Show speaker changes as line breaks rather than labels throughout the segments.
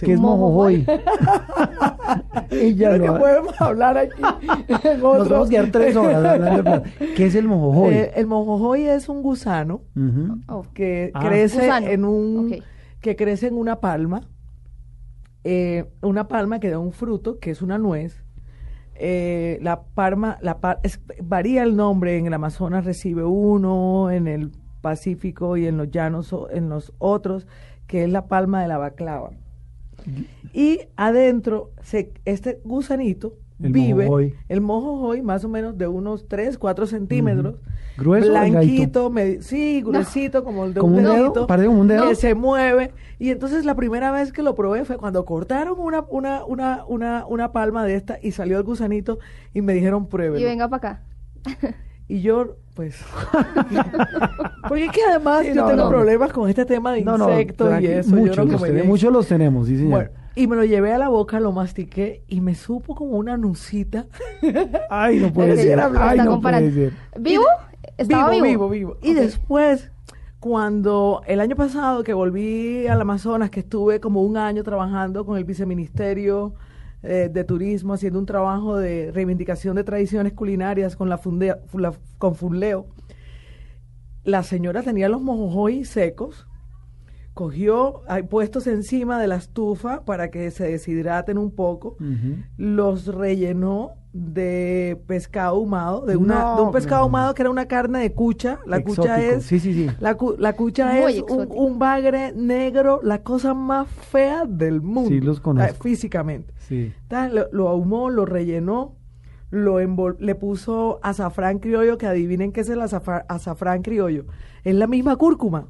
que es Mojojoy. Ella
Creo que
lo ha-
podemos hablar aquí en otro.
Nos vamos a quedar tres horas hablando de plata. ¿Qué es el mojojoy?
Eh, el mojojoy es un gusano
Ujú.
Oh,
que
Ah.
crece
Gusano.
en
Mm.
un
Ok.
que crece en una palma, eh, una palma que da un fruto que es una nuez. Eh, la palma, la pa- es- varía el nombre. En el Amazonas recibe uno, en el Pacífico y en los llanos o- en los otros, que es la palma de la baclava. Y adentro se, este gusanito
El
vive
mojojoy.
el mojojoy más o menos de unos 3, 4 centímetros.
Mm, ¿Grueso o
Blanquito, medi- sí, gruesito, como el de
¿Como
un
un dedo?
dedito,
¿Parece como un dedo?
Que se mueve. Y entonces la primera vez que lo probé fue cuando cortaron una, una, una, una, una palma de esta y salió el gusanito y me dijeron pruébelo.
Y venga para acá.
Y yo, pues. porque es que además
Sí,
yo
no,
tengo
no.
problemas con este tema de insectos y
tranqui-
eso.
Muchos,
yo no
los
comería
tenemos, muchos los tenemos, sí, señor.
Bueno, y me lo llevé a la boca, lo mastiqué y me supo como una nucita.
Ay, no
Ok,
puede ser.
está
Ay, no
comparando.
puede ser.
¿Vivo? Estaba vivo.
vivo, vivo, vivo. Y
Ok.
después, cuando el año pasado que volví al Amazonas, que estuve como un año trabajando con el viceministerio eh, de turismo, haciendo un trabajo de reivindicación de tradiciones culinarias con la, funde- la- con Funleo, la señora tenía los mojojoy secos. Cogió, hay puestos encima de la estufa para que se deshidraten un poco
Ujú.
los rellenó de pescado ahumado, de, una,
No,
de un pescado
no.
ahumado que era una carne de cucha. La cucha
Exótico.
es,
Sí, sí, sí.
la, cu- la cucha
Muy
es un,
exótico.
un bagre negro, la cosa más fea del mundo.
Sí, los conozco.
eh, Físicamente.
Sí.
Ta, Lo, lo ahumó, lo rellenó, lo envol- le puso azafrán criollo, que adivinen qué es el azafra- azafrán criollo. Es la misma cúrcuma.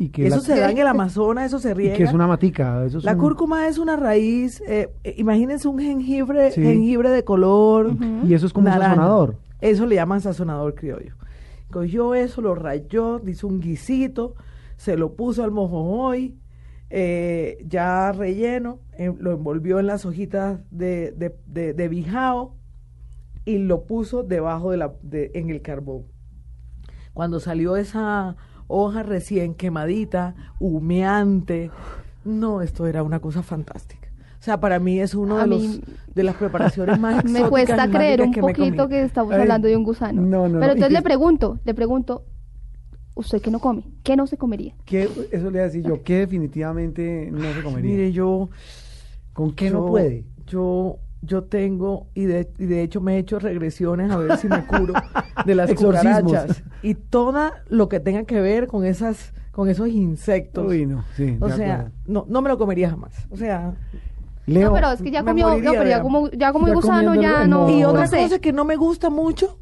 Y que,
Eso
la-
se da en el Amazonas, eso se
y
riega.
que es una matica. eso es
La
un-
cúrcuma es una raíz, eh, eh, imagínense un jengibre,
Sí.
jengibre de color.
Y eso es como
naranja.
un sazonador.
Eso le llaman sazonador criollo. Cogió eso, lo rayó, hizo un guisito, se lo puso al mojojoy, eh, ya relleno, eh, lo envolvió en las hojitas de, de, de- de bijao y lo puso debajo de la, de- en el carbón. Cuando salió esa hoja recién quemadita, humeante, no, esto era una cosa fantástica. O sea, para mí es uno
A
de,
mí-
los, de las preparaciones más exóticas
Me
y
cuesta
mágicas
creer un
que me he
poquito
comido.
que estamos
Ay,
hablando de un gusano.
no, no, no,
Pero
y
entonces
que-
le pregunto, le pregunto, ¿usted qué no come? ¿Qué no se comería?
¿Qué- eso le voy a decir yo. ¿Qué definitivamente no se comería?
Mire, yo,
¿Con qué
yo-
no puede?
Yo, yo tengo, y de, y de hecho me he hecho regresiones a ver si me curo de las
Exorcismos.
cucarachas. Y todo lo que tenga que ver con esas, con esos insectos.
Uy, no. Sí,
o
de
sea,
acuerdo.
no, no me lo comería jamás. O sea,
Leo.
no, pero es que ya
me
comió,
moriría
no, pero
de
ya
hambre.
como, ya como
Ya
el gusano,
comiendo
ya
el-
no.
no.
y
Oh.
otra
no sé.
cosa que no me gusta mucho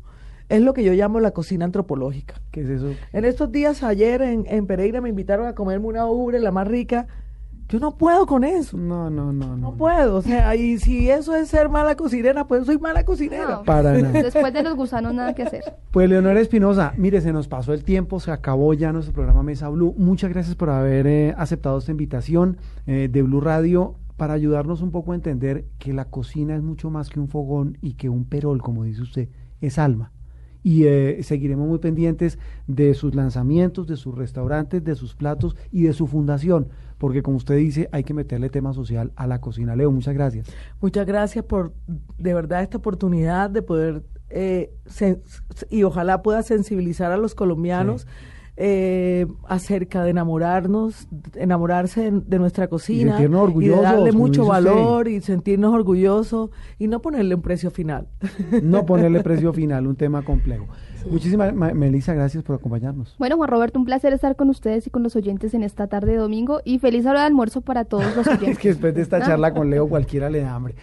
es lo que yo llamo la cocina antropológica.
¿Qué es eso?
En estos días, ayer en, en Pereira me invitaron a comerme una ubre, la más rica. Yo no puedo con eso.
No, no, no.
No puedo, o sea, y si eso es ser mala cocinera, pues soy mala cocinera.
No,
Para nada.
Después de los gusanos nada que hacer.
Pues Leonora Espinosa, mire, se nos pasó el tiempo, se acabó ya nuestro programa Mesa Blue. Muchas gracias por haber eh, aceptado esta invitación eh, de Blue Radio para ayudarnos un poco a entender que la cocina es mucho más que un fogón y que un perol, como dice usted, es alma. Y eh, seguiremos muy pendientes de sus lanzamientos, de sus restaurantes, de sus platos y de su fundación, porque como usted dice, hay que meterle tema social a la cocina. Leo, muchas gracias.
Muchas gracias por de verdad esta oportunidad de poder eh, sen- y ojalá pueda sensibilizar a los colombianos
Sí.
eh, acerca de enamorarnos, de enamorarse de, de nuestra cocina
sentirnos
de
orgullosos,
darle
como
mucho
dice usted.
valor y sentirnos orgullosos y no ponerle un precio final.
No ponerle precio final, un tema complejo. Muchísimas, Ma- Melissa, gracias por acompañarnos.
Bueno, Juan Roberto, un placer estar con ustedes y con los oyentes en esta tarde de domingo y feliz hora de almuerzo para todos los oyentes.
es que después de esta
Ah.
charla con Leo cualquiera le da hambre.